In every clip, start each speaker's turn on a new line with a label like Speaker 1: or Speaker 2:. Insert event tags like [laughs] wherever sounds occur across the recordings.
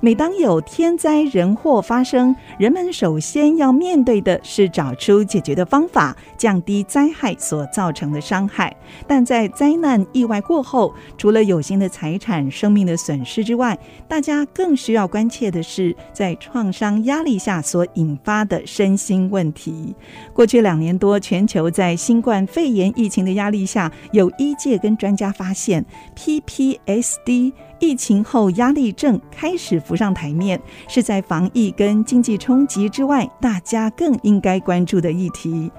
Speaker 1: 每当有天灾人祸发生，人们首先要面对的是找出解决的方法，降低灾害所造成的伤害。但在灾难意外过后，除了有形的财产、生命的损失之外，大家更需要关切的是，在创伤压力下所引发的身心问题。过去两年多，全球在新冠肺炎疫情的压力下，有医界跟专家发现，PPSD 疫情后压力症开始浮上台面，是在防疫跟经济冲击之外，大家更应该关注的议题。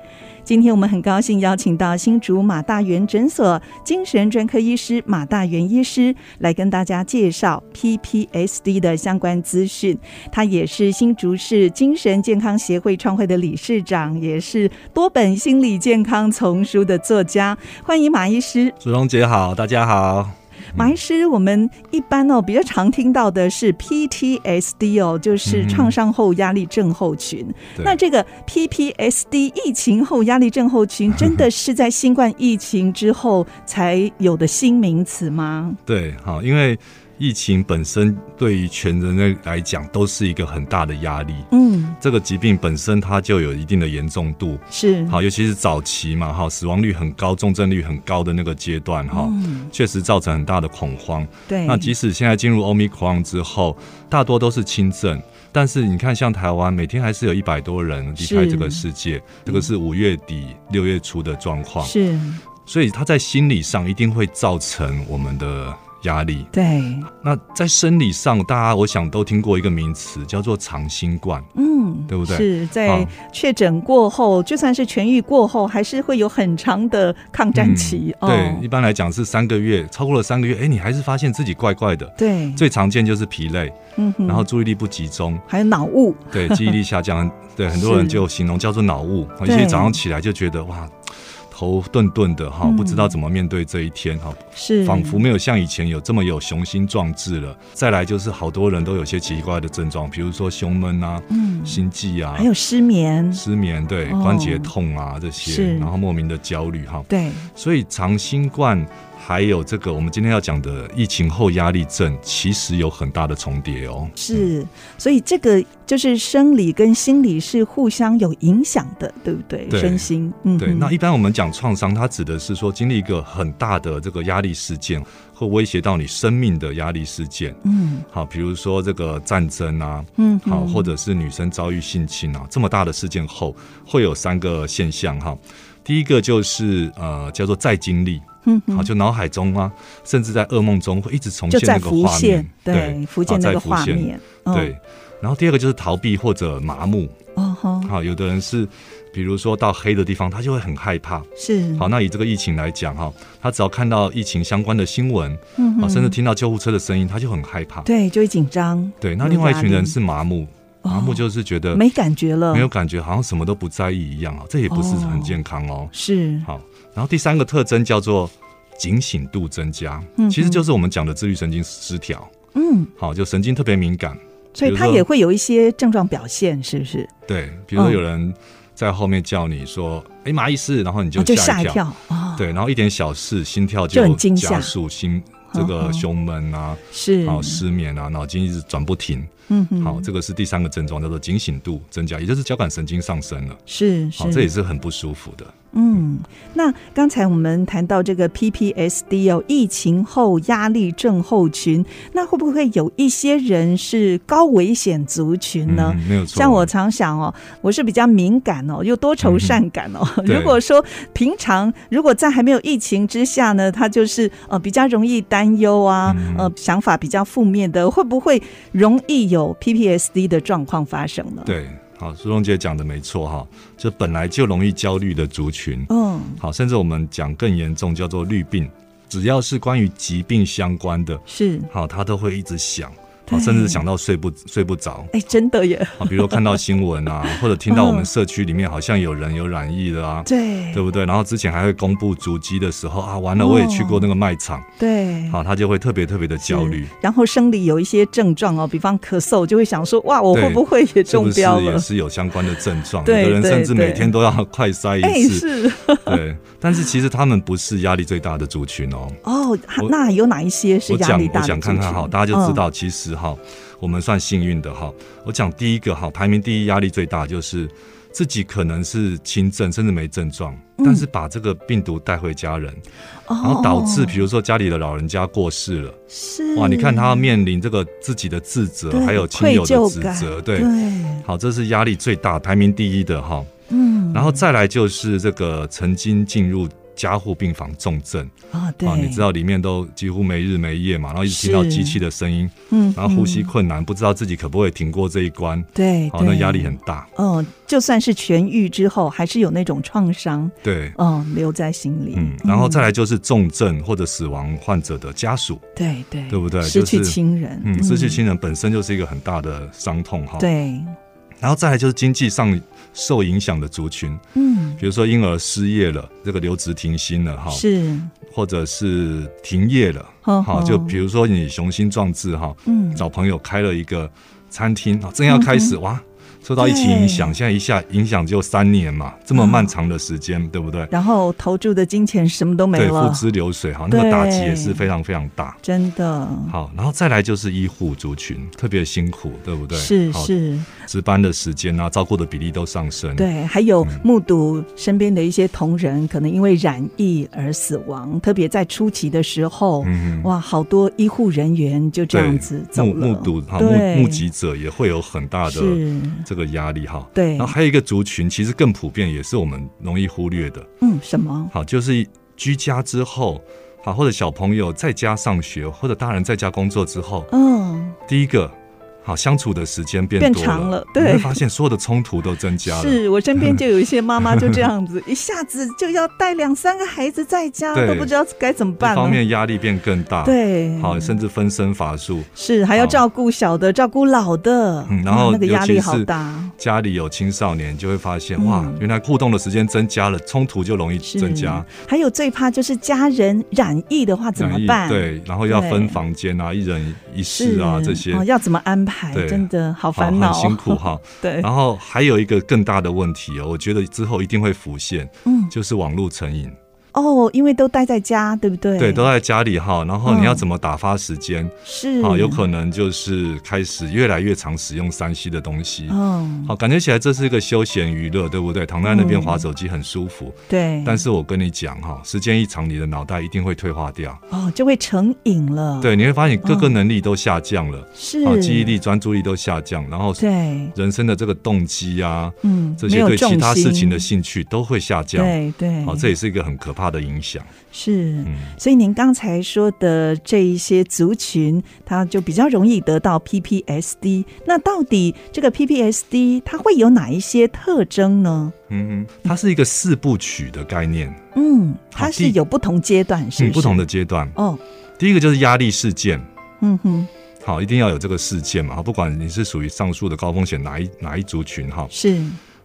Speaker 1: 今天我们很高兴邀请到新竹马大元诊所精神专科医师马大元医师来跟大家介绍 PPSD 的相关资讯。他也是新竹市精神健康协会创会的理事长，也是多本心理健康丛书的作家。欢迎马医师。
Speaker 2: 子荣姐好，大家好。
Speaker 1: 马医师，我们一般哦比较常听到的是 PTSD 哦，就是创伤后压力症候群。
Speaker 2: 嗯对
Speaker 1: 那这个 PPSD 疫情后压力症候
Speaker 2: [laughs]
Speaker 1: 群，真的是在新冠疫情之后才有的新名词吗？
Speaker 2: 对，好，因为疫情本身对于全人类来讲都是一个很大的压力。
Speaker 1: 嗯，
Speaker 2: 这个疾病本身它就有一定的严重度，
Speaker 1: 是。
Speaker 2: 好，尤其是早期嘛，哈，死亡率很高、重症率很高的那个阶段，哈，确实造成很大的恐慌。
Speaker 1: 对，
Speaker 2: 那即使现在进入 Omicron 之后，大多都是轻症，但是你看，像台湾每天还是有一百多人离开
Speaker 1: 是
Speaker 2: 这个世界，这个是五月底六月初的状况。
Speaker 1: 是
Speaker 2: 所以他在心理上一定会造成我们的压力。
Speaker 1: 对，
Speaker 2: 那在生理上，大家我想都听过一个名词，叫做长新冠。
Speaker 1: 嗯，
Speaker 2: 对不啊对
Speaker 1: 是在
Speaker 2: 好
Speaker 1: 确诊过后，就算是痊愈过后，还是会有很长的抗战期。
Speaker 2: 嗯对，一
Speaker 1: 哦，
Speaker 2: 般来讲是三个月，超过了三个月，哎，你还是发现自己怪怪的。
Speaker 1: 对，
Speaker 2: 最常见就是疲累，
Speaker 1: 嗯哼
Speaker 2: 然后注意力不集中，
Speaker 1: 还有脑雾，
Speaker 2: 对，
Speaker 1: [laughs]
Speaker 2: 记忆力下降，对，很多人
Speaker 1: 是
Speaker 2: 就形容叫做脑雾。有
Speaker 1: 对
Speaker 2: 些早上起来就觉得哇。头顿顿的哈，
Speaker 1: 嗯
Speaker 2: 不知道怎么面对这一天哈，
Speaker 1: 是
Speaker 2: 仿佛没有像以前有这么有雄心壮志了。再来就是好多人都有些奇怪的症状，比如说胸闷啊、
Speaker 1: 嗯，
Speaker 2: 心悸啊
Speaker 1: 还、有失眠，
Speaker 2: 失眠、对、
Speaker 1: 哦
Speaker 2: 关节痛啊这
Speaker 1: 是
Speaker 2: 些，然后莫名的焦虑哈。
Speaker 1: 对，
Speaker 2: 所以长新冠还有这个我们今天要讲的疫情后压力症，其实有很大的重叠哦。
Speaker 1: 是，所以这个就是生理跟心理是互相有影响的，对不对？
Speaker 2: 对
Speaker 1: 身心，嗯哼，
Speaker 2: 对，那一般我们讲创伤，它指的是说经历一个很大的这个压力事件，会威胁到你生命的压力事件。
Speaker 1: 嗯
Speaker 2: 好，比如说这个战争啊，
Speaker 1: 嗯哼，
Speaker 2: 好，或者是女生遭遇性侵啊，这么大的事件后，会有三个现象哈。第一个就是呃，叫做再经历，
Speaker 1: 嗯
Speaker 2: 好，就脑海中啊，甚至在噩梦中会一直重
Speaker 1: 就
Speaker 2: 现
Speaker 1: 在
Speaker 2: 那个
Speaker 1: 浮
Speaker 2: 画面
Speaker 1: 现，，对，浮现
Speaker 2: 好
Speaker 1: 那
Speaker 2: 再
Speaker 1: 个
Speaker 2: 浮
Speaker 1: 画
Speaker 2: 现
Speaker 1: 面，嗯，
Speaker 2: 对。然后第二个就是逃避或者麻木，
Speaker 1: 哦吼，
Speaker 2: 好，有的人是，比如说到黑的地方，他就会很害怕。
Speaker 1: 是，
Speaker 2: 好，那以这个疫情来讲哈，他只要看到疫情相关的新闻，
Speaker 1: 嗯
Speaker 2: 啊，
Speaker 1: 哼，
Speaker 2: 甚至听到救护车的声音，他就很害怕。
Speaker 1: 对，就会紧张，
Speaker 2: 对，那
Speaker 1: 有
Speaker 2: 另外一
Speaker 1: 压
Speaker 2: 群人
Speaker 1: 力
Speaker 2: 是麻木，麻木
Speaker 1: 哦
Speaker 2: 就是觉得
Speaker 1: 没感觉了，
Speaker 2: 呃没有感觉，好像什么都不在意一样啊，这也不是很健康哦。
Speaker 1: 是，
Speaker 2: 好，然后第三个特征叫做警醒度增加，
Speaker 1: 嗯
Speaker 2: 其实
Speaker 1: 哼
Speaker 2: 就是我们讲的自律神经失调，
Speaker 1: 嗯，
Speaker 2: 好，就神经特别敏感。
Speaker 1: 所以
Speaker 2: 比如
Speaker 1: 他
Speaker 2: 说
Speaker 1: 也会有一些症状表现，是不是？
Speaker 2: 对，比如说
Speaker 1: 嗯
Speaker 2: 有人在后面叫你说“哎、马医师”，然后你
Speaker 1: 哦就
Speaker 2: 就吓
Speaker 1: 吓
Speaker 2: 一
Speaker 1: 一
Speaker 2: 跳。
Speaker 1: 跳啊，
Speaker 2: 对，然后一点小事，心跳
Speaker 1: 就很惊吓
Speaker 2: 加速，心这
Speaker 1: 嗯
Speaker 2: 个
Speaker 1: 嗯
Speaker 2: 胸闷啊，
Speaker 1: 是，
Speaker 2: 好失眠啊，脑筋一直转不停。
Speaker 1: 嗯哼，
Speaker 2: 好，这个是第三个症状，叫做警醒度增加，也就是交感神经上升了。
Speaker 1: 是
Speaker 2: 好，
Speaker 1: 是，
Speaker 2: 这也是很不舒服的。
Speaker 1: 嗯，那刚才我们谈到这个 PPSD 哦，疫情后压力症候群，那会不会有一些人是高危险族群呢？
Speaker 2: 嗯，没有错。
Speaker 1: 像我常想哦，我是比较敏感哦，又多愁善感哦。[laughs]
Speaker 2: 嗯对
Speaker 1: 如果说平常如果在还没有疫情之下呢，他就是呃比较容易担忧啊，
Speaker 2: 嗯
Speaker 1: 呃想法比较负面的，会不会容易有 PPSD 的状况发生呢？，
Speaker 2: 对，好，苏荣姐讲的没错哈，就本来就容易焦虑的族群，
Speaker 1: 嗯，
Speaker 2: 好，甚至我们讲更严重叫做绿病，只要是关于疾病相关的，
Speaker 1: 是
Speaker 2: 好，他都会一直想，啊，甚至想到睡不睡不着
Speaker 1: 哎，真的耶，
Speaker 2: 啊，比如说看到新闻啊，或者听到我们社区里面好像有人有染疫的啊，
Speaker 1: 嗯对
Speaker 2: 对不对？然后之前还会公布足迹的时候啊，完了我也去过那个卖场，
Speaker 1: 对，
Speaker 2: 好、他就会特别特别的焦虑
Speaker 1: 哦是。。然后生理有一些症状哦，比方咳嗽，就会想说，哇，我
Speaker 2: 对
Speaker 1: 会不会也
Speaker 2: 是不
Speaker 1: 中
Speaker 2: 是
Speaker 1: 标
Speaker 2: 也
Speaker 1: 了？
Speaker 2: 是有相关的症状？有
Speaker 1: 对
Speaker 2: 的人甚至
Speaker 1: 对对
Speaker 2: 每天都要快筛
Speaker 1: 哎，
Speaker 2: 一次。
Speaker 1: 是
Speaker 2: [laughs] 对，但是其实他们不是压力最大的族群哦。
Speaker 1: 哦，哈
Speaker 2: 我
Speaker 1: 那有哪一些是
Speaker 2: 我
Speaker 1: 压
Speaker 2: 讲
Speaker 1: 力
Speaker 2: 我
Speaker 1: 大的
Speaker 2: 讲看看
Speaker 1: 族
Speaker 2: 哈，
Speaker 1: 群嗯
Speaker 2: 大家就知，道，其实哈，我们算幸运的哈。我讲第一个哈，排名第一压力最大就是自己可能是轻症甚至没症状，但是把这个病毒带回家人，
Speaker 1: 嗯
Speaker 2: 然后导致
Speaker 1: 哦
Speaker 2: 比如说家里的老人家过世了，
Speaker 1: 是
Speaker 2: 哇，你看他面临这个自己的自责，
Speaker 1: 对
Speaker 2: 还有亲友的
Speaker 1: 愧疚
Speaker 2: 指
Speaker 1: 感
Speaker 2: 责，
Speaker 1: 对
Speaker 2: 对，，好，这是压力最大，排名第一的哈。
Speaker 1: 嗯
Speaker 2: 然后再来就是这个曾经进入加护病房重症。
Speaker 1: 啊，对
Speaker 2: 啊，，你知道里面都几乎没日没夜嘛，然后一直听到
Speaker 1: 是
Speaker 2: 机器的声音，
Speaker 1: 嗯，嗯，
Speaker 2: 然后呼吸困难，不知道自己可不可以挺过这一关，哦
Speaker 1: 对，
Speaker 2: 好，那
Speaker 1: 对
Speaker 2: 压力很。大，
Speaker 1: 嗯，就算是痊愈之后，还是有那种创伤，
Speaker 2: 对。
Speaker 1: 嗯，留在心里。
Speaker 2: 嗯，然后再来就是重症或者死亡患者的家属，
Speaker 1: 嗯对对，
Speaker 2: 对不对
Speaker 1: 失去
Speaker 2: 就是
Speaker 1: 亲人，
Speaker 2: 嗯，失去亲人本身就是一个很大的伤痛哈。。
Speaker 1: 对，
Speaker 2: 然后再来就是经济上受影响的族群，
Speaker 1: 嗯，
Speaker 2: 比如说婴儿失业了，这个留职停薪了哈，
Speaker 1: 是，
Speaker 2: 或者是停业了，
Speaker 1: 呵
Speaker 2: 哈，
Speaker 1: 呵
Speaker 2: 就比如说你雄心壮志哈，
Speaker 1: 嗯，
Speaker 2: 找朋友开了一个餐厅啊，正要开始哇，受到疫情影响，现在一下影响就三年嘛，
Speaker 1: 嗯
Speaker 2: 这么漫长的时间，对不对？
Speaker 1: 然后投注的金钱什么都没
Speaker 2: 对，付
Speaker 1: 了，
Speaker 2: 之流水哈，那个
Speaker 1: 对
Speaker 2: 打击也是非常非常大。
Speaker 1: 真的
Speaker 2: 好，然后再来就是医护族群特别辛苦，对不对？
Speaker 1: 是
Speaker 2: 好，
Speaker 1: 是，
Speaker 2: 值班的时间啊，照顾的比例都上升。，
Speaker 1: 对，还有目睹身边的一些同仁可能因为染疫而死亡，特别在初期的时候，
Speaker 2: 嗯哼。
Speaker 1: 哇，好多医护人员就这
Speaker 2: 对
Speaker 1: 样子走
Speaker 2: 目
Speaker 1: 了，
Speaker 2: 目睹哈目
Speaker 1: 对
Speaker 2: 目击者也会有很大的
Speaker 1: 是，
Speaker 2: 这个压力哈。
Speaker 1: 对
Speaker 2: 然后，还有一个族群，其实更普遍，也是我们容易忽略的，
Speaker 1: 嗯，什么？
Speaker 2: 好，就是居家之后，好，或者小朋友在家上学，或者大人在家工作之后，
Speaker 1: 嗯，
Speaker 2: 第一个，好相处的时间变
Speaker 1: 变
Speaker 2: 多
Speaker 1: 长
Speaker 2: 了
Speaker 1: 了，对
Speaker 2: 你会发现所有的冲突都增加了。
Speaker 1: 是我身边就有一些妈妈就这样
Speaker 2: [laughs]
Speaker 1: 子，一下子就要带两三个孩子在家，
Speaker 2: 对
Speaker 1: 都不知道该怎么
Speaker 2: 一
Speaker 1: 办
Speaker 2: 方
Speaker 1: 了。
Speaker 2: 面压力变更大，，
Speaker 1: 啊对，
Speaker 2: 好，甚至分身乏术。
Speaker 1: 是还要
Speaker 2: 好
Speaker 1: 照顾小的，照顾老的，
Speaker 2: 嗯然
Speaker 1: 哇
Speaker 2: 后
Speaker 1: 那个
Speaker 2: 尤
Speaker 1: 压
Speaker 2: 其
Speaker 1: 力好
Speaker 2: 是
Speaker 1: 大，
Speaker 2: 家里有青少年，就会发现
Speaker 1: 嗯
Speaker 2: 哇，原来互动的时间增加了，冲突就容易
Speaker 1: 是
Speaker 2: 增加。。
Speaker 1: 还有最怕就是家人染疫的话怎么
Speaker 2: 容易
Speaker 1: 办？，
Speaker 2: 对，然后要
Speaker 1: 对
Speaker 2: 分房间啊，一人一室
Speaker 1: 是
Speaker 2: 啊，这些
Speaker 1: 哦，要怎么安排？
Speaker 2: 对
Speaker 1: 真的好
Speaker 2: 好
Speaker 1: 烦恼，
Speaker 2: 很辛苦。哈。
Speaker 1: [laughs] 对，
Speaker 2: 然后还有一个更大的问题哦，我觉得之后一定会浮现，
Speaker 1: 嗯
Speaker 2: 就是网络成瘾，
Speaker 1: 哦，因为都待在家，对不对？
Speaker 2: 对，都在家里哈，然后
Speaker 1: 嗯
Speaker 2: 你要怎么打发时间
Speaker 1: 是
Speaker 2: 啊？有可能就是开始越来越常使用三 C 的东西，
Speaker 1: 嗯，
Speaker 2: 好，感觉起来这是一个休闲娱乐，对不对？躺在那
Speaker 1: 嗯
Speaker 2: 边划手机很舒服，
Speaker 1: 对，
Speaker 2: 但是我跟你讲哈，时间一长，你的脑袋一定会退化掉，
Speaker 1: 哦，就会成瘾了。，
Speaker 2: 对，你会发现各个能力都下降了，
Speaker 1: 是
Speaker 2: 啊，记忆力、专注力都下降，然后
Speaker 1: 嗯对，
Speaker 2: 人生的这个动机啊，
Speaker 1: 嗯，
Speaker 2: 这
Speaker 1: 没
Speaker 2: 些
Speaker 1: 有
Speaker 2: 对
Speaker 1: 重
Speaker 2: 其他事情的
Speaker 1: 心
Speaker 2: 兴趣都会下降。
Speaker 1: 对对，
Speaker 2: 好，这也是一个很可怕的影响。
Speaker 1: 是。
Speaker 2: 嗯，
Speaker 1: 所以您刚才说的这一些族群，它就比较容易得到 PPSD。那到底这个 PPSD 它会有哪一些特征呢？
Speaker 2: 嗯，哼，它是一个四部曲的概念，
Speaker 1: 嗯，
Speaker 2: 好
Speaker 1: 它是
Speaker 2: 第
Speaker 1: 有不同阶段，是
Speaker 2: 嗯，
Speaker 1: 不是
Speaker 2: 不同的阶段。
Speaker 1: 哦，
Speaker 2: 第一个就是压力事件，
Speaker 1: 嗯哼，
Speaker 2: 好，一定要有这个事件嘛，不管你是属于上述的高风险哪一哪一族群哈。
Speaker 1: 是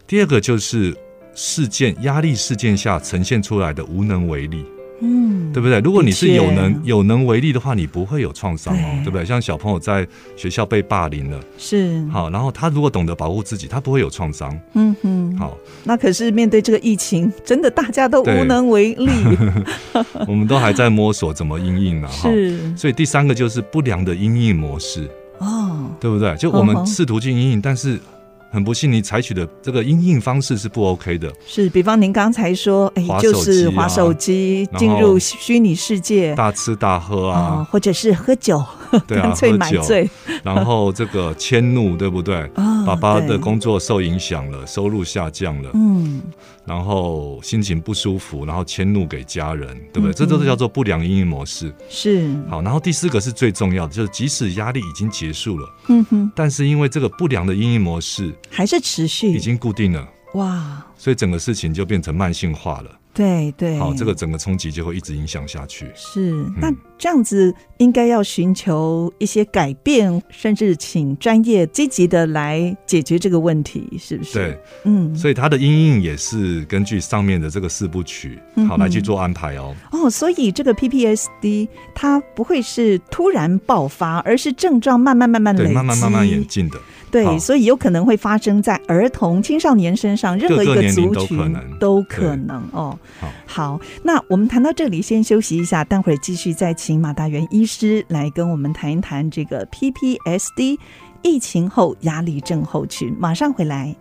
Speaker 2: 第二个就是事件压力事件下呈现出来的无能为力，
Speaker 1: 嗯，
Speaker 2: 对不对？如果你是有
Speaker 1: 的
Speaker 2: 能
Speaker 1: 确
Speaker 2: 有能为力的话，你不会有创伤哦
Speaker 1: 对，
Speaker 2: 对不对？像小朋友在学校被霸凌了，
Speaker 1: 是，
Speaker 2: 好，然后他如果懂得保护自己，他不会有创伤。
Speaker 1: 嗯哼，
Speaker 2: 好，
Speaker 1: 那可是面对这个疫情，真的大家都
Speaker 2: 对
Speaker 1: 无能为
Speaker 2: [laughs]
Speaker 1: 力，
Speaker 2: 我们都还在摸索怎么应啊
Speaker 1: [laughs]
Speaker 2: 应呢、哈。
Speaker 1: 是
Speaker 2: 所以第三个就是不良的阴应模式，
Speaker 1: 哦，
Speaker 2: 对不对？就我们试图去阴应，但是很不幸，你采取的这个阴应方式是不 OK 的。
Speaker 1: 是。比方您刚才说，哎，
Speaker 2: 滑手
Speaker 1: 就
Speaker 2: 机
Speaker 1: 是
Speaker 2: 啊
Speaker 1: 滑手机
Speaker 2: 然
Speaker 1: 进
Speaker 2: 后
Speaker 1: 入虚拟世界
Speaker 2: 大吃大喝
Speaker 1: 啊
Speaker 2: 啊，，
Speaker 1: 或者是喝酒，
Speaker 2: 对啊，
Speaker 1: 干脆
Speaker 2: 喝
Speaker 1: 买
Speaker 2: 酒，
Speaker 1: 醉
Speaker 2: 然后这个迁怒，对
Speaker 1: [laughs]
Speaker 2: 不对？
Speaker 1: 啊
Speaker 2: 爸爸的
Speaker 1: 对
Speaker 2: 工作受影响了，收入下降了，
Speaker 1: 嗯，
Speaker 2: 然后心情不舒服，然后迁怒给家人，对不
Speaker 1: 嗯
Speaker 2: 对？
Speaker 1: 嗯
Speaker 2: 这都是叫做不良阴应模式。
Speaker 1: 是，
Speaker 2: 好，然后第四个是最重要的，就是即使压力已经结束了，
Speaker 1: 嗯哼，
Speaker 2: 但是因为这个不良的阴应模式
Speaker 1: 还是持续，
Speaker 2: 已经固定了，
Speaker 1: 哇，
Speaker 2: 所以整个事情就变成慢性化了。
Speaker 1: 对对，
Speaker 2: 好，这个嗯整个冲击就会一直影响下去。
Speaker 1: 是。那这样子应该要寻求一些改变，甚至请专业积极的来解决这个问题，是不是？
Speaker 2: 对，，
Speaker 1: 嗯，
Speaker 2: 所以它的音应也是根据上面的这个四部曲，
Speaker 1: 嗯
Speaker 2: 好来去做安排哦。
Speaker 1: 哦，所以这个 PPSD 它不会是突然爆发，而是症状慢慢慢慢累
Speaker 2: 对，
Speaker 1: 积，
Speaker 2: 慢慢慢慢演进的，
Speaker 1: 对，
Speaker 2: 好
Speaker 1: 所以有可能会发生在儿童、青少年身上，任何一
Speaker 2: 各个年龄
Speaker 1: 族
Speaker 2: 都
Speaker 1: 群
Speaker 2: 可能
Speaker 1: 都可能哦。
Speaker 2: 好
Speaker 1: 好，那我们谈到这里，先休息一下，待会儿继续再请马达元医师来跟我们谈一谈这个 PPSD 疫情后压力症候群。马上回来。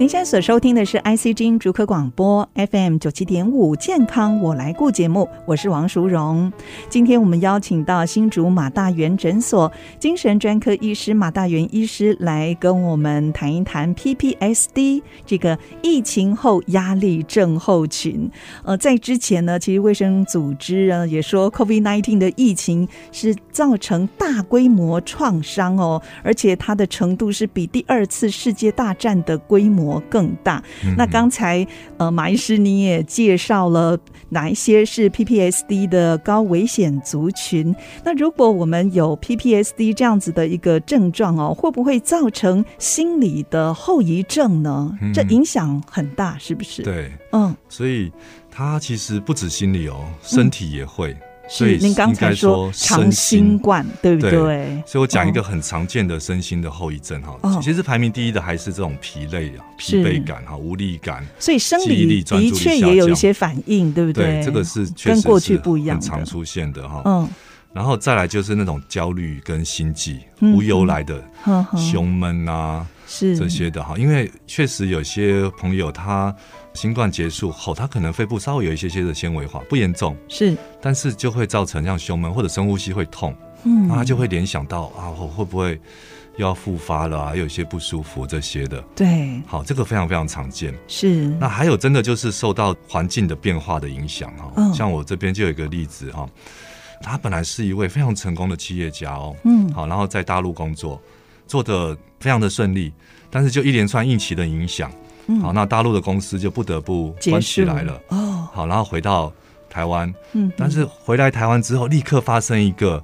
Speaker 1: 您现在所收听的是 IC 之音竹科广播 FM 九七点五健康我来顾节目，我是王淑荣。今天我们邀请到新竹马大元诊所精神专科医师马大元医师来跟我们谈一谈 PPSD 这个疫情后压力症候群。呃，在之前呢，其实卫生组织啊也说 COVID-19 的疫情是造成大规模创伤哦，而且它的程度是比第二次世界大战的规模更大。
Speaker 2: 嗯
Speaker 1: 那刚才呃，马医师你也介绍了哪一些是 PPSD 的高危险族群。那如果我们有 PPSD 这样子的一个症状哦，会不会造成心理的后遗症呢？
Speaker 2: 嗯
Speaker 1: 这影响很大，是不是？，
Speaker 2: 对，
Speaker 1: 嗯，
Speaker 2: 所以它其实不止心理哦，身体也会。所
Speaker 1: 是
Speaker 2: 以
Speaker 1: 您刚才
Speaker 2: 应该说
Speaker 1: 长
Speaker 2: 身
Speaker 1: 新
Speaker 2: 心
Speaker 1: 冠，对不对？
Speaker 2: 所以我讲一个很常见的身心的后遗症哈，
Speaker 1: 哦
Speaker 2: 其实排名第一的还是这种疲累啊、疲
Speaker 1: 是
Speaker 2: 惫感哈、无力感。
Speaker 1: 所以生
Speaker 2: 记忆
Speaker 1: 理
Speaker 2: 力专注
Speaker 1: 的
Speaker 2: 力
Speaker 1: 确
Speaker 2: 下
Speaker 1: 也有一
Speaker 2: 降
Speaker 1: 些反应，对不
Speaker 2: 对，这个是确
Speaker 1: 跟
Speaker 2: 实
Speaker 1: 过去
Speaker 2: 是
Speaker 1: 不一样
Speaker 2: 很
Speaker 1: 的
Speaker 2: 常出现的哈。
Speaker 1: 嗯，
Speaker 2: 然后再来就是那种焦虑跟心悸、
Speaker 1: 嗯
Speaker 2: 无由来的
Speaker 1: 呵呵
Speaker 2: 胸闷啊
Speaker 1: 是
Speaker 2: 这些的哈，
Speaker 1: 嗯
Speaker 2: 因为确实有些朋友他新冠结束后，他可能肺部稍微有一些些的纤维化，不严重，
Speaker 1: 是，
Speaker 2: 但是就会造成像胸闷或者深呼吸会痛，
Speaker 1: 嗯
Speaker 2: 那他就会联想到啊，我会不会又要复发了啊？又有一些不舒服这些的。
Speaker 1: 对
Speaker 2: 好，这个非常非常常见。
Speaker 1: 是，
Speaker 2: 那还有真的就是受到环境的变化的影响哈、
Speaker 1: 嗯
Speaker 2: 像我这边就有一个例子哈、他本来是一位非常成功的企业家哦，
Speaker 1: 嗯
Speaker 2: 好，然后在大陆工作，做的非常的顺利，但是就一连串疫情的影响，
Speaker 1: 嗯
Speaker 2: 好，那大陆的公司就不得不
Speaker 1: 结
Speaker 2: 关起
Speaker 1: 束
Speaker 2: 来了，
Speaker 1: 哦，
Speaker 2: 好，然后回到台湾，
Speaker 1: 嗯，
Speaker 2: 但是回来台湾之后，立刻发生一个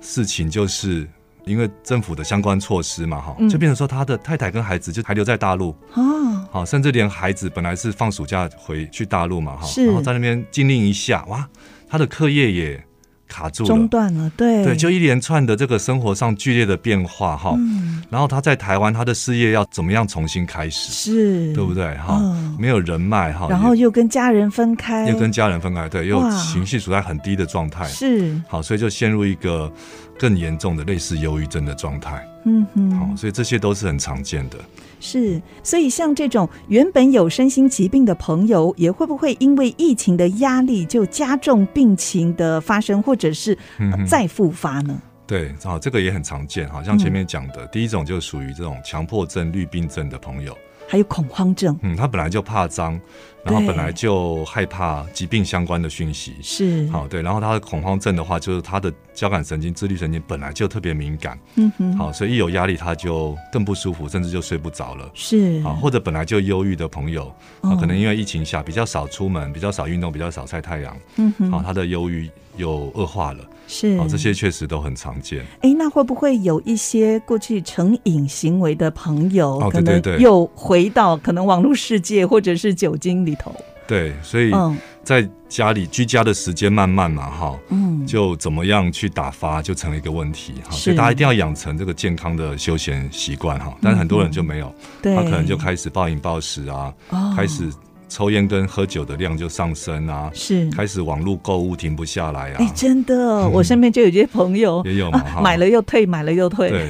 Speaker 2: 事情，就是因为政府的相关措施嘛，哈
Speaker 1: 嗯，
Speaker 2: 就变成说他的太太跟孩子就还留在大陆，
Speaker 1: 啊，
Speaker 2: 好，甚至连孩子本来是放暑假回去大陆嘛，哈，
Speaker 1: 是
Speaker 2: 然后在那边禁令一下，哇，他的课业也卡住
Speaker 1: 中
Speaker 2: 了，
Speaker 1: 断了，对
Speaker 2: 对，就一连串的这个生活上剧烈的变化，哈，
Speaker 1: 嗯
Speaker 2: 然后他在台湾他的事业要怎么样重新开始，
Speaker 1: 是，
Speaker 2: 对不？对？哈
Speaker 1: 嗯，
Speaker 2: 没有人脉，哈，
Speaker 1: 然后
Speaker 2: 也
Speaker 1: 又跟家人分开，
Speaker 2: 又跟家人分开，对，又
Speaker 1: 哇
Speaker 2: 情绪处在很低的状态，
Speaker 1: 是，
Speaker 2: 好，所以就陷入一个更严重的类似忧郁症的状态。
Speaker 1: 嗯
Speaker 2: 好、
Speaker 1: 哼，
Speaker 2: 所以这些都是很常见的。
Speaker 1: 是，所以像这种原本有身心疾病的朋友，也会不会因为疫情的压力就加重病情的发生，或者是呃
Speaker 2: 嗯哼
Speaker 1: 再复发呢？
Speaker 2: 对，好、这个也很常见。好
Speaker 1: 嗯
Speaker 2: 像前面讲的，第一种就属于这种强迫症、绿病症的朋友，
Speaker 1: 还有恐慌症，
Speaker 2: 嗯，他本来就怕脏，然后
Speaker 1: 对
Speaker 2: 本来就害怕疾病相关的讯息。
Speaker 1: 是，
Speaker 2: 好，对，然后他的恐慌症的话，就是他的交感神经、自律神经本来就特别敏感，
Speaker 1: 嗯哼，
Speaker 2: 好，所以一有压力他就更不舒服，甚至就睡不着了。
Speaker 1: 是，
Speaker 2: 啊，或者本来就忧郁的朋友，啊，
Speaker 1: 嗯
Speaker 2: 可能因为疫情下比较少出门，比较少运动，比较少晒太阳，
Speaker 1: 嗯哼，
Speaker 2: 好、他的忧郁又恶化了，
Speaker 1: 是，
Speaker 2: 好、这些确实都很常见。
Speaker 1: 哎，那会不会有一些过去成瘾行为的朋友，
Speaker 2: 哦
Speaker 1: 可
Speaker 2: 对
Speaker 1: 能
Speaker 2: 对对
Speaker 1: 又回到可能网络世界或者是酒精里头？
Speaker 2: 对，所以
Speaker 1: 嗯
Speaker 2: 在家里居家的时间慢慢嘛，哈，
Speaker 1: 嗯，
Speaker 2: 就怎么样去打发，就成了一个问题哈。
Speaker 1: 是
Speaker 2: 所以大家一定要养成这个健康的休闲习惯哈，但是很多人就没有，
Speaker 1: 对，
Speaker 2: 他可能就开始暴饮暴食啊，
Speaker 1: 哦
Speaker 2: 开始抽烟跟喝酒的量就上升啊，
Speaker 1: 是。
Speaker 2: 开始网络购物停不下来啊
Speaker 1: 哎，，真的，我身边就有些朋友 [laughs]
Speaker 2: 也有嘛哈
Speaker 1: 买了又退，买了又退，
Speaker 2: 对，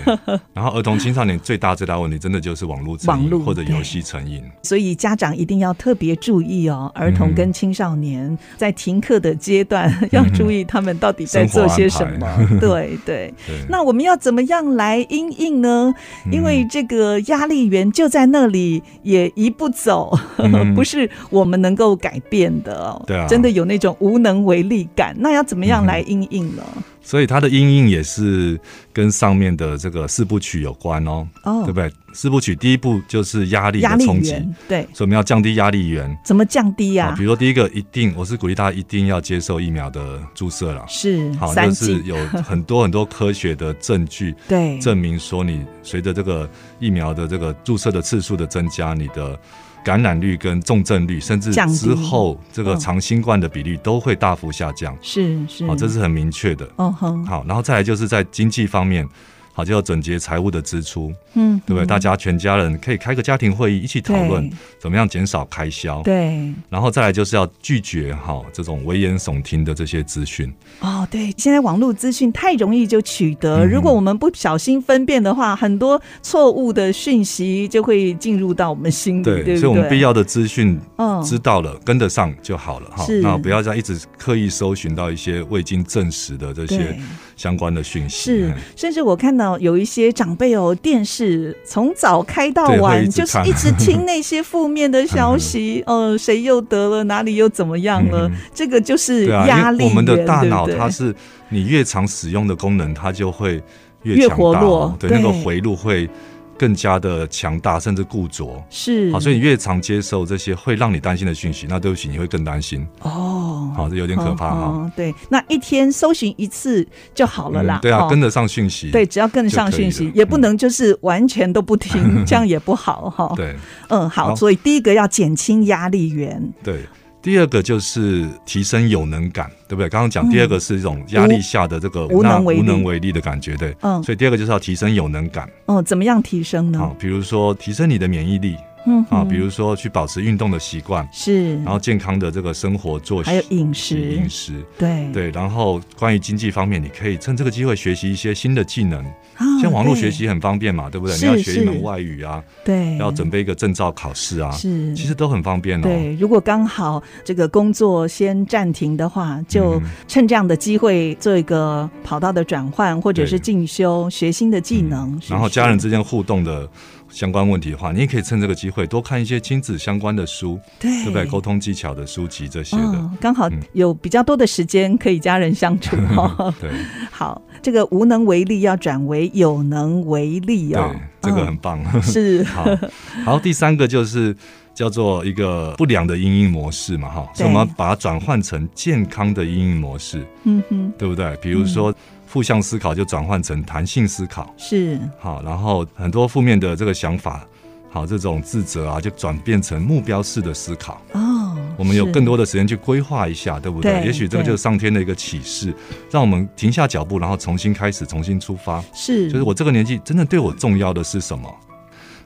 Speaker 2: 然后儿童青少年最大最大问题，真的就是网络成
Speaker 1: 网络
Speaker 2: 瘾或者
Speaker 1: 对
Speaker 2: 游戏成瘾。
Speaker 1: 所以家长一定要特别注意哦，儿童跟青少
Speaker 2: 嗯
Speaker 1: 年在停课的阶段 [laughs] 要注意他们到底在做些什
Speaker 2: 生活
Speaker 1: 么。 [laughs]
Speaker 2: [laughs]
Speaker 1: 对对，
Speaker 2: 对，
Speaker 1: 那我们要怎么样来应应呢？
Speaker 2: 嗯
Speaker 1: 因为这个压力源就在那里，也移不走，[laughs]
Speaker 2: 嗯
Speaker 1: 不是我们能够改变的哦。
Speaker 2: 对啊
Speaker 1: 真的有那种无能为力感。那要怎么样来应应呢？
Speaker 2: 所以它的音应也是跟上面的这个四部曲有关哦，对
Speaker 1: 哦
Speaker 2: 不，对？四部曲第一步就是压力
Speaker 1: 压
Speaker 2: 的
Speaker 1: 力
Speaker 2: 冲击，
Speaker 1: 源对，
Speaker 2: 所以我们要降低压力源。
Speaker 1: 怎么降低
Speaker 2: 啊，
Speaker 1: 呀
Speaker 2: 比？如说第一个，一定我是鼓励大家一定要接受疫苗的注射啦。
Speaker 1: 是
Speaker 2: 好，
Speaker 1: 嗯三
Speaker 2: 就是
Speaker 1: 剂，
Speaker 2: 有很多很多科学的证据
Speaker 1: 对，
Speaker 2: 证明说，你随着这个疫苗的这个注射的次数的增加，你的感染率跟重症率，甚至
Speaker 1: 降低
Speaker 2: 之后这个
Speaker 1: 嗯
Speaker 2: 长新冠的比率都会大幅下降。
Speaker 1: 是是，
Speaker 2: 好，这是很明确的。
Speaker 1: 哦哼，
Speaker 2: 好，然后再来就是在经济方面，好，就要整洁财务的支出，
Speaker 1: 嗯，
Speaker 2: 对不对？大家全家人可以开个家庭会议，一起讨论
Speaker 1: 对
Speaker 2: 怎么样减少开销。
Speaker 1: 对
Speaker 2: 然后再来就是要拒绝哈这种危言耸听的这些资讯。
Speaker 1: 哦，对，现在网络资讯太容易就取得，
Speaker 2: 嗯
Speaker 1: 如果我们不小心分辨的话，很多错误的讯息就会进入到我们心里，对不对？
Speaker 2: 所以我们必要的资讯
Speaker 1: 嗯
Speaker 2: 知道了，跟得上就好了哈
Speaker 1: 是。
Speaker 2: 那不要再一直刻意搜寻到一些未经证实的这些
Speaker 1: 对
Speaker 2: 相关的讯息。
Speaker 1: 是
Speaker 2: 嗯，
Speaker 1: 甚至我看到有一些长辈哦，电视从早开到
Speaker 2: 对
Speaker 1: 晚
Speaker 2: 会，一直
Speaker 1: 就是
Speaker 2: 看
Speaker 1: 一直听那些负面
Speaker 2: [laughs]
Speaker 1: 的消息，呃，谁又得了，哪里又怎么样了，
Speaker 2: 嗯
Speaker 1: 这个就是
Speaker 2: 对啊，
Speaker 1: 压
Speaker 2: 因
Speaker 1: 力
Speaker 2: 为
Speaker 1: 源，
Speaker 2: 我们的大脑
Speaker 1: 对不对
Speaker 2: 它是你越常使用的功能，它就会
Speaker 1: 越
Speaker 2: 越强
Speaker 1: 活
Speaker 2: 大
Speaker 1: 络
Speaker 2: 哦，对
Speaker 1: 对
Speaker 2: 那个回路会更加的强大，甚至固着。
Speaker 1: 是
Speaker 2: 好，所以你越常接受这些会让你担心的讯息，那对不起，你会更担心。
Speaker 1: 哦，
Speaker 2: 好，这有点可怕哈。
Speaker 1: 哦。对，那一天搜寻一次就好了啦。
Speaker 2: 对啊，
Speaker 1: 哦
Speaker 2: 跟得上讯息。
Speaker 1: 对，只要跟得上讯
Speaker 2: 就
Speaker 1: 息
Speaker 2: 可以，了
Speaker 1: 也不能就是完全都不
Speaker 2: [laughs]
Speaker 1: 听，这样也不好哈。，
Speaker 2: 对
Speaker 1: 嗯，好，
Speaker 2: 好
Speaker 1: 所以第一个要减轻压力源，
Speaker 2: 对。第二个就是提升有能感，对不对？刚刚讲第二个是一种压力下的这个
Speaker 1: 嗯无无能为力
Speaker 2: 无能为力的感觉，对。
Speaker 1: 嗯
Speaker 2: 所以第二个就是要提升有能感，
Speaker 1: 哦，怎么样提升
Speaker 2: 好、
Speaker 1: 呢？
Speaker 2: 比如说提升你的免疫力
Speaker 1: 嗯
Speaker 2: 啊，
Speaker 1: 哼
Speaker 2: 比如说去保持运动的习惯，
Speaker 1: 是，
Speaker 2: 然后健康的这个生活作息、
Speaker 1: 还有饮食嗯
Speaker 2: 饮，食，
Speaker 1: 对
Speaker 2: 对。然后关于经济方面，你可以趁这个机会学习一些新的技能，
Speaker 1: 啊
Speaker 2: 像网络学习很方便嘛，对不对？
Speaker 1: 是
Speaker 2: 你要学一
Speaker 1: 是
Speaker 2: 门外语啊，
Speaker 1: 对，
Speaker 2: 要准备一个证照考试啊，
Speaker 1: 是，
Speaker 2: 其实都很方便哦。
Speaker 1: 对，如果刚好这个工作先暂停的话，就
Speaker 2: 嗯
Speaker 1: 趁这样的机会做一个跑道的转换，或者
Speaker 2: 对嗯
Speaker 1: 是进修学新的技能。是不
Speaker 2: 然后
Speaker 1: 是
Speaker 2: 家人之间互动的相关问题的话，你也可以趁这个机会多看一些亲子相关的书，
Speaker 1: 对
Speaker 2: 对不对？沟通技巧的书籍这些的，
Speaker 1: 哎嗯，刚好
Speaker 2: 嗯。
Speaker 1: 有比较多的时间可以家人相处哦
Speaker 2: [laughs] 对
Speaker 1: 好，这个无能为力要转为有能为力
Speaker 2: 对
Speaker 1: 哦，，
Speaker 2: 这个
Speaker 1: 嗯
Speaker 2: 很棒。 [laughs]
Speaker 1: 是
Speaker 2: 好，然后第三个就是叫做一个不良的阴影模式嘛，哈，所以我们要把它转换成健康的阴影模式，
Speaker 1: 嗯哼
Speaker 2: 对不对？比如
Speaker 1: 嗯
Speaker 2: 说负向思考就转换成弹性思考，
Speaker 1: 是
Speaker 2: 好，然后很多负面的这个想法。好，这种自责啊，就转变成目标式的思考。
Speaker 1: 哦，
Speaker 2: 我们有
Speaker 1: 是
Speaker 2: 更多的时间去规划一下，对不对？
Speaker 1: 对
Speaker 2: 也许这个
Speaker 1: 对
Speaker 2: 就是上天的一个启示，让我们停下脚步，然后重新开始，重新出发。
Speaker 1: 是
Speaker 2: 就是我这个年纪，真正对我重要的是什么？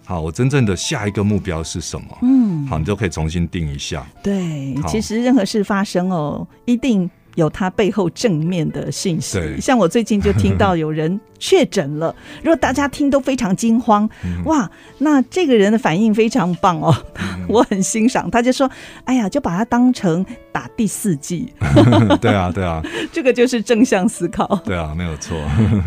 Speaker 2: 好，我真正的下一个目标是什么？
Speaker 1: 嗯
Speaker 2: 好，你就可以重新定一下。 [laughs]
Speaker 1: 对，
Speaker 2: 好
Speaker 1: 其实任何事发生哦，一定。有它背后正面的信息，
Speaker 2: 对
Speaker 1: 像我最近就听到有人确诊了，如果大家听都非常惊慌，
Speaker 2: 嗯
Speaker 1: 哇，那这个人的反应非常棒哦，[laughs]
Speaker 2: 嗯
Speaker 1: 我很欣赏。他就说：“哎呀，就把它当成打第四剂， [laughs]
Speaker 2: 对啊，对啊，
Speaker 1: 这个就是正向思
Speaker 2: [laughs]
Speaker 1: 考。
Speaker 2: 对啊，没有
Speaker 1: [laughs]
Speaker 2: 错。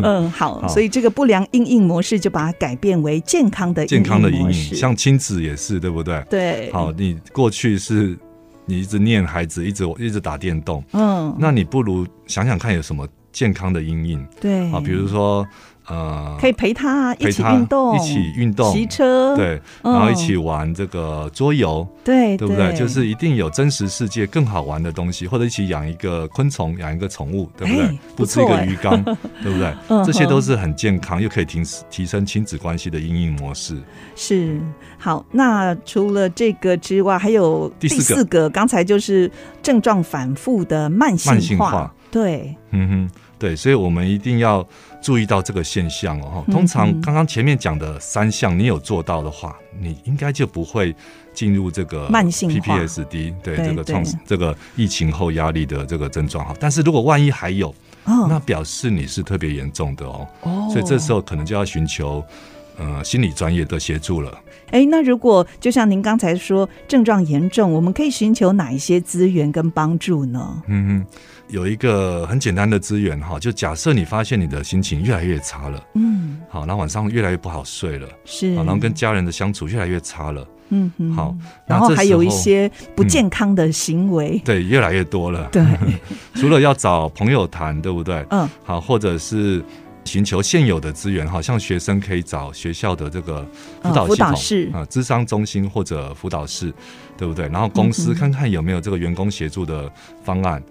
Speaker 1: 嗯，好，
Speaker 2: 好
Speaker 1: 所以这个不良应应模式就把它改变为健康的
Speaker 2: 健康的
Speaker 1: 模
Speaker 2: 阴
Speaker 1: 式
Speaker 2: 影，像亲子也是，对不对？
Speaker 1: 对，
Speaker 2: 好，你过去是你一直念孩子，一直一直打电动，
Speaker 1: 嗯，
Speaker 2: 那你不如想想看有什么健康的阴影
Speaker 1: 对，
Speaker 2: 啊，比如说呃，
Speaker 1: 可以陪他一
Speaker 2: 陪
Speaker 1: 起
Speaker 2: 他
Speaker 1: 运动，
Speaker 2: 一起运动，
Speaker 1: 骑车，
Speaker 2: 对，
Speaker 1: 嗯哎
Speaker 2: 然后一起玩这个桌游，
Speaker 1: 对
Speaker 2: 对不对？就是一定有真实世界更好玩的东西，或者一起养一个昆虫，养一个宠物，对不对
Speaker 1: 哎？不
Speaker 2: 布置一
Speaker 1: 错
Speaker 2: 个
Speaker 1: 哎
Speaker 2: 鱼缸，对不对
Speaker 1: 嗯？
Speaker 2: 这些都是很健康，又可以提提升亲子关系的阴影模式。
Speaker 1: 是好。那除了这个之外，还有
Speaker 2: 第四个
Speaker 1: 个，刚才就是症状反复的慢性化，
Speaker 2: 慢性化
Speaker 1: 对，
Speaker 2: 嗯哼，对，所以我们一定要注意到这个现象哦。
Speaker 1: 嗯
Speaker 2: 哈通常刚刚前面讲的三项，你有做到的话，你应该就不会进入这个
Speaker 1: 慢性化
Speaker 2: PPSD，对
Speaker 1: 对
Speaker 2: 这个创
Speaker 1: 对
Speaker 2: 这个疫情后压力的这个症状哈。但是如果万一还有，那
Speaker 1: 哦
Speaker 2: 表示你是特别严重的哦，
Speaker 1: 哦
Speaker 2: 所以这时候可能就要寻求呃心理专业的协助了。
Speaker 1: 哎，那如果就像您刚才说，症状严重，我们可以寻求哪一些资源跟帮助呢？
Speaker 2: 嗯，哼，有一个很简单的资源哈，就假设你发现你的心情越来越差了，
Speaker 1: 嗯，
Speaker 2: 好，那晚上越来越不好睡了，
Speaker 1: 是，
Speaker 2: 好，然后跟家人的相处越来越差了，
Speaker 1: 嗯哼
Speaker 2: 好，那
Speaker 1: 然后
Speaker 2: 这
Speaker 1: 还
Speaker 2: 时
Speaker 1: 有一
Speaker 2: 候嗯
Speaker 1: 些不健康的行为，
Speaker 2: [laughs] 对越来越多了，
Speaker 1: 对，
Speaker 2: 除了要找朋友谈，对不对？
Speaker 1: 嗯，
Speaker 2: 好，或者是寻求现有的资源，好像学生可以找学校的这个辅导
Speaker 1: 嗯辅
Speaker 2: 系
Speaker 1: 导
Speaker 2: 统、
Speaker 1: 室
Speaker 2: 啊、智商中心或者辅导室，对不对？然后公
Speaker 1: 嗯
Speaker 2: 司看看有没有这个员工协助的方案。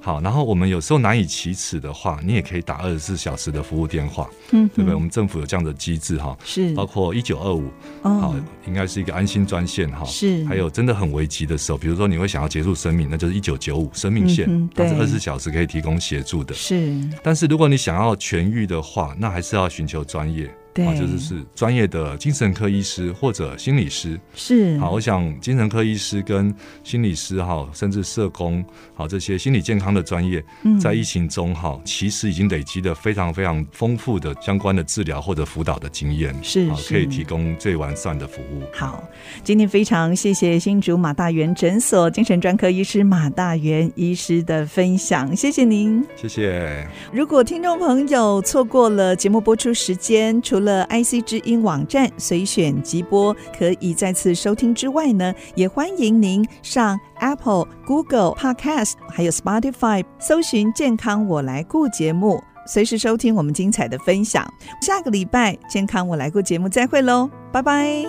Speaker 2: 好，然后我们有时候难以启齿的话，你也可以打二十四小时的服务电话，
Speaker 1: 嗯哼，
Speaker 2: 对不对？我们政府有这样的机制哈，
Speaker 1: 是，
Speaker 2: 包括一九二五，好
Speaker 1: 哦，，
Speaker 2: 应该是一个安心专线哈。
Speaker 1: 是，
Speaker 2: 还有真的很危急的时候，比如说你会想要结束生命，那就是一九九五生命线
Speaker 1: 嗯哼，
Speaker 2: 它是
Speaker 1: 对
Speaker 2: 二十四小时可以提供协助的。
Speaker 1: 是，
Speaker 2: 但是如果你想要痊愈的话，那还是要寻求专业，
Speaker 1: 对，
Speaker 2: 啊，就是是专业的精神科医师或者心理师。
Speaker 1: 是，
Speaker 2: 好，我想精神科医师跟心理师哈，甚至社工好这些心理健康的专业，
Speaker 1: 嗯
Speaker 2: 在疫情中哈，其实已经累积了非常非常丰富的相关的治疗或者辅导的经验，
Speaker 1: 是
Speaker 2: 啊
Speaker 1: 是
Speaker 2: 可以提供最完善的服务。
Speaker 1: 好，今天非常谢谢新竹马大元诊所精神专科医师马大元医师的分享，谢谢您。
Speaker 2: 谢谢。
Speaker 1: 如果听众朋友错过了节目播出时间，除了 IC 之音网站随选即播可以再次收听之外呢，也欢迎您上 Apple、Google Podcast 还有 Spotify 搜寻“健康我来顾”节目，随时收听我们精彩的分享。下个礼拜“健康我来顾”节目再会喽，拜拜。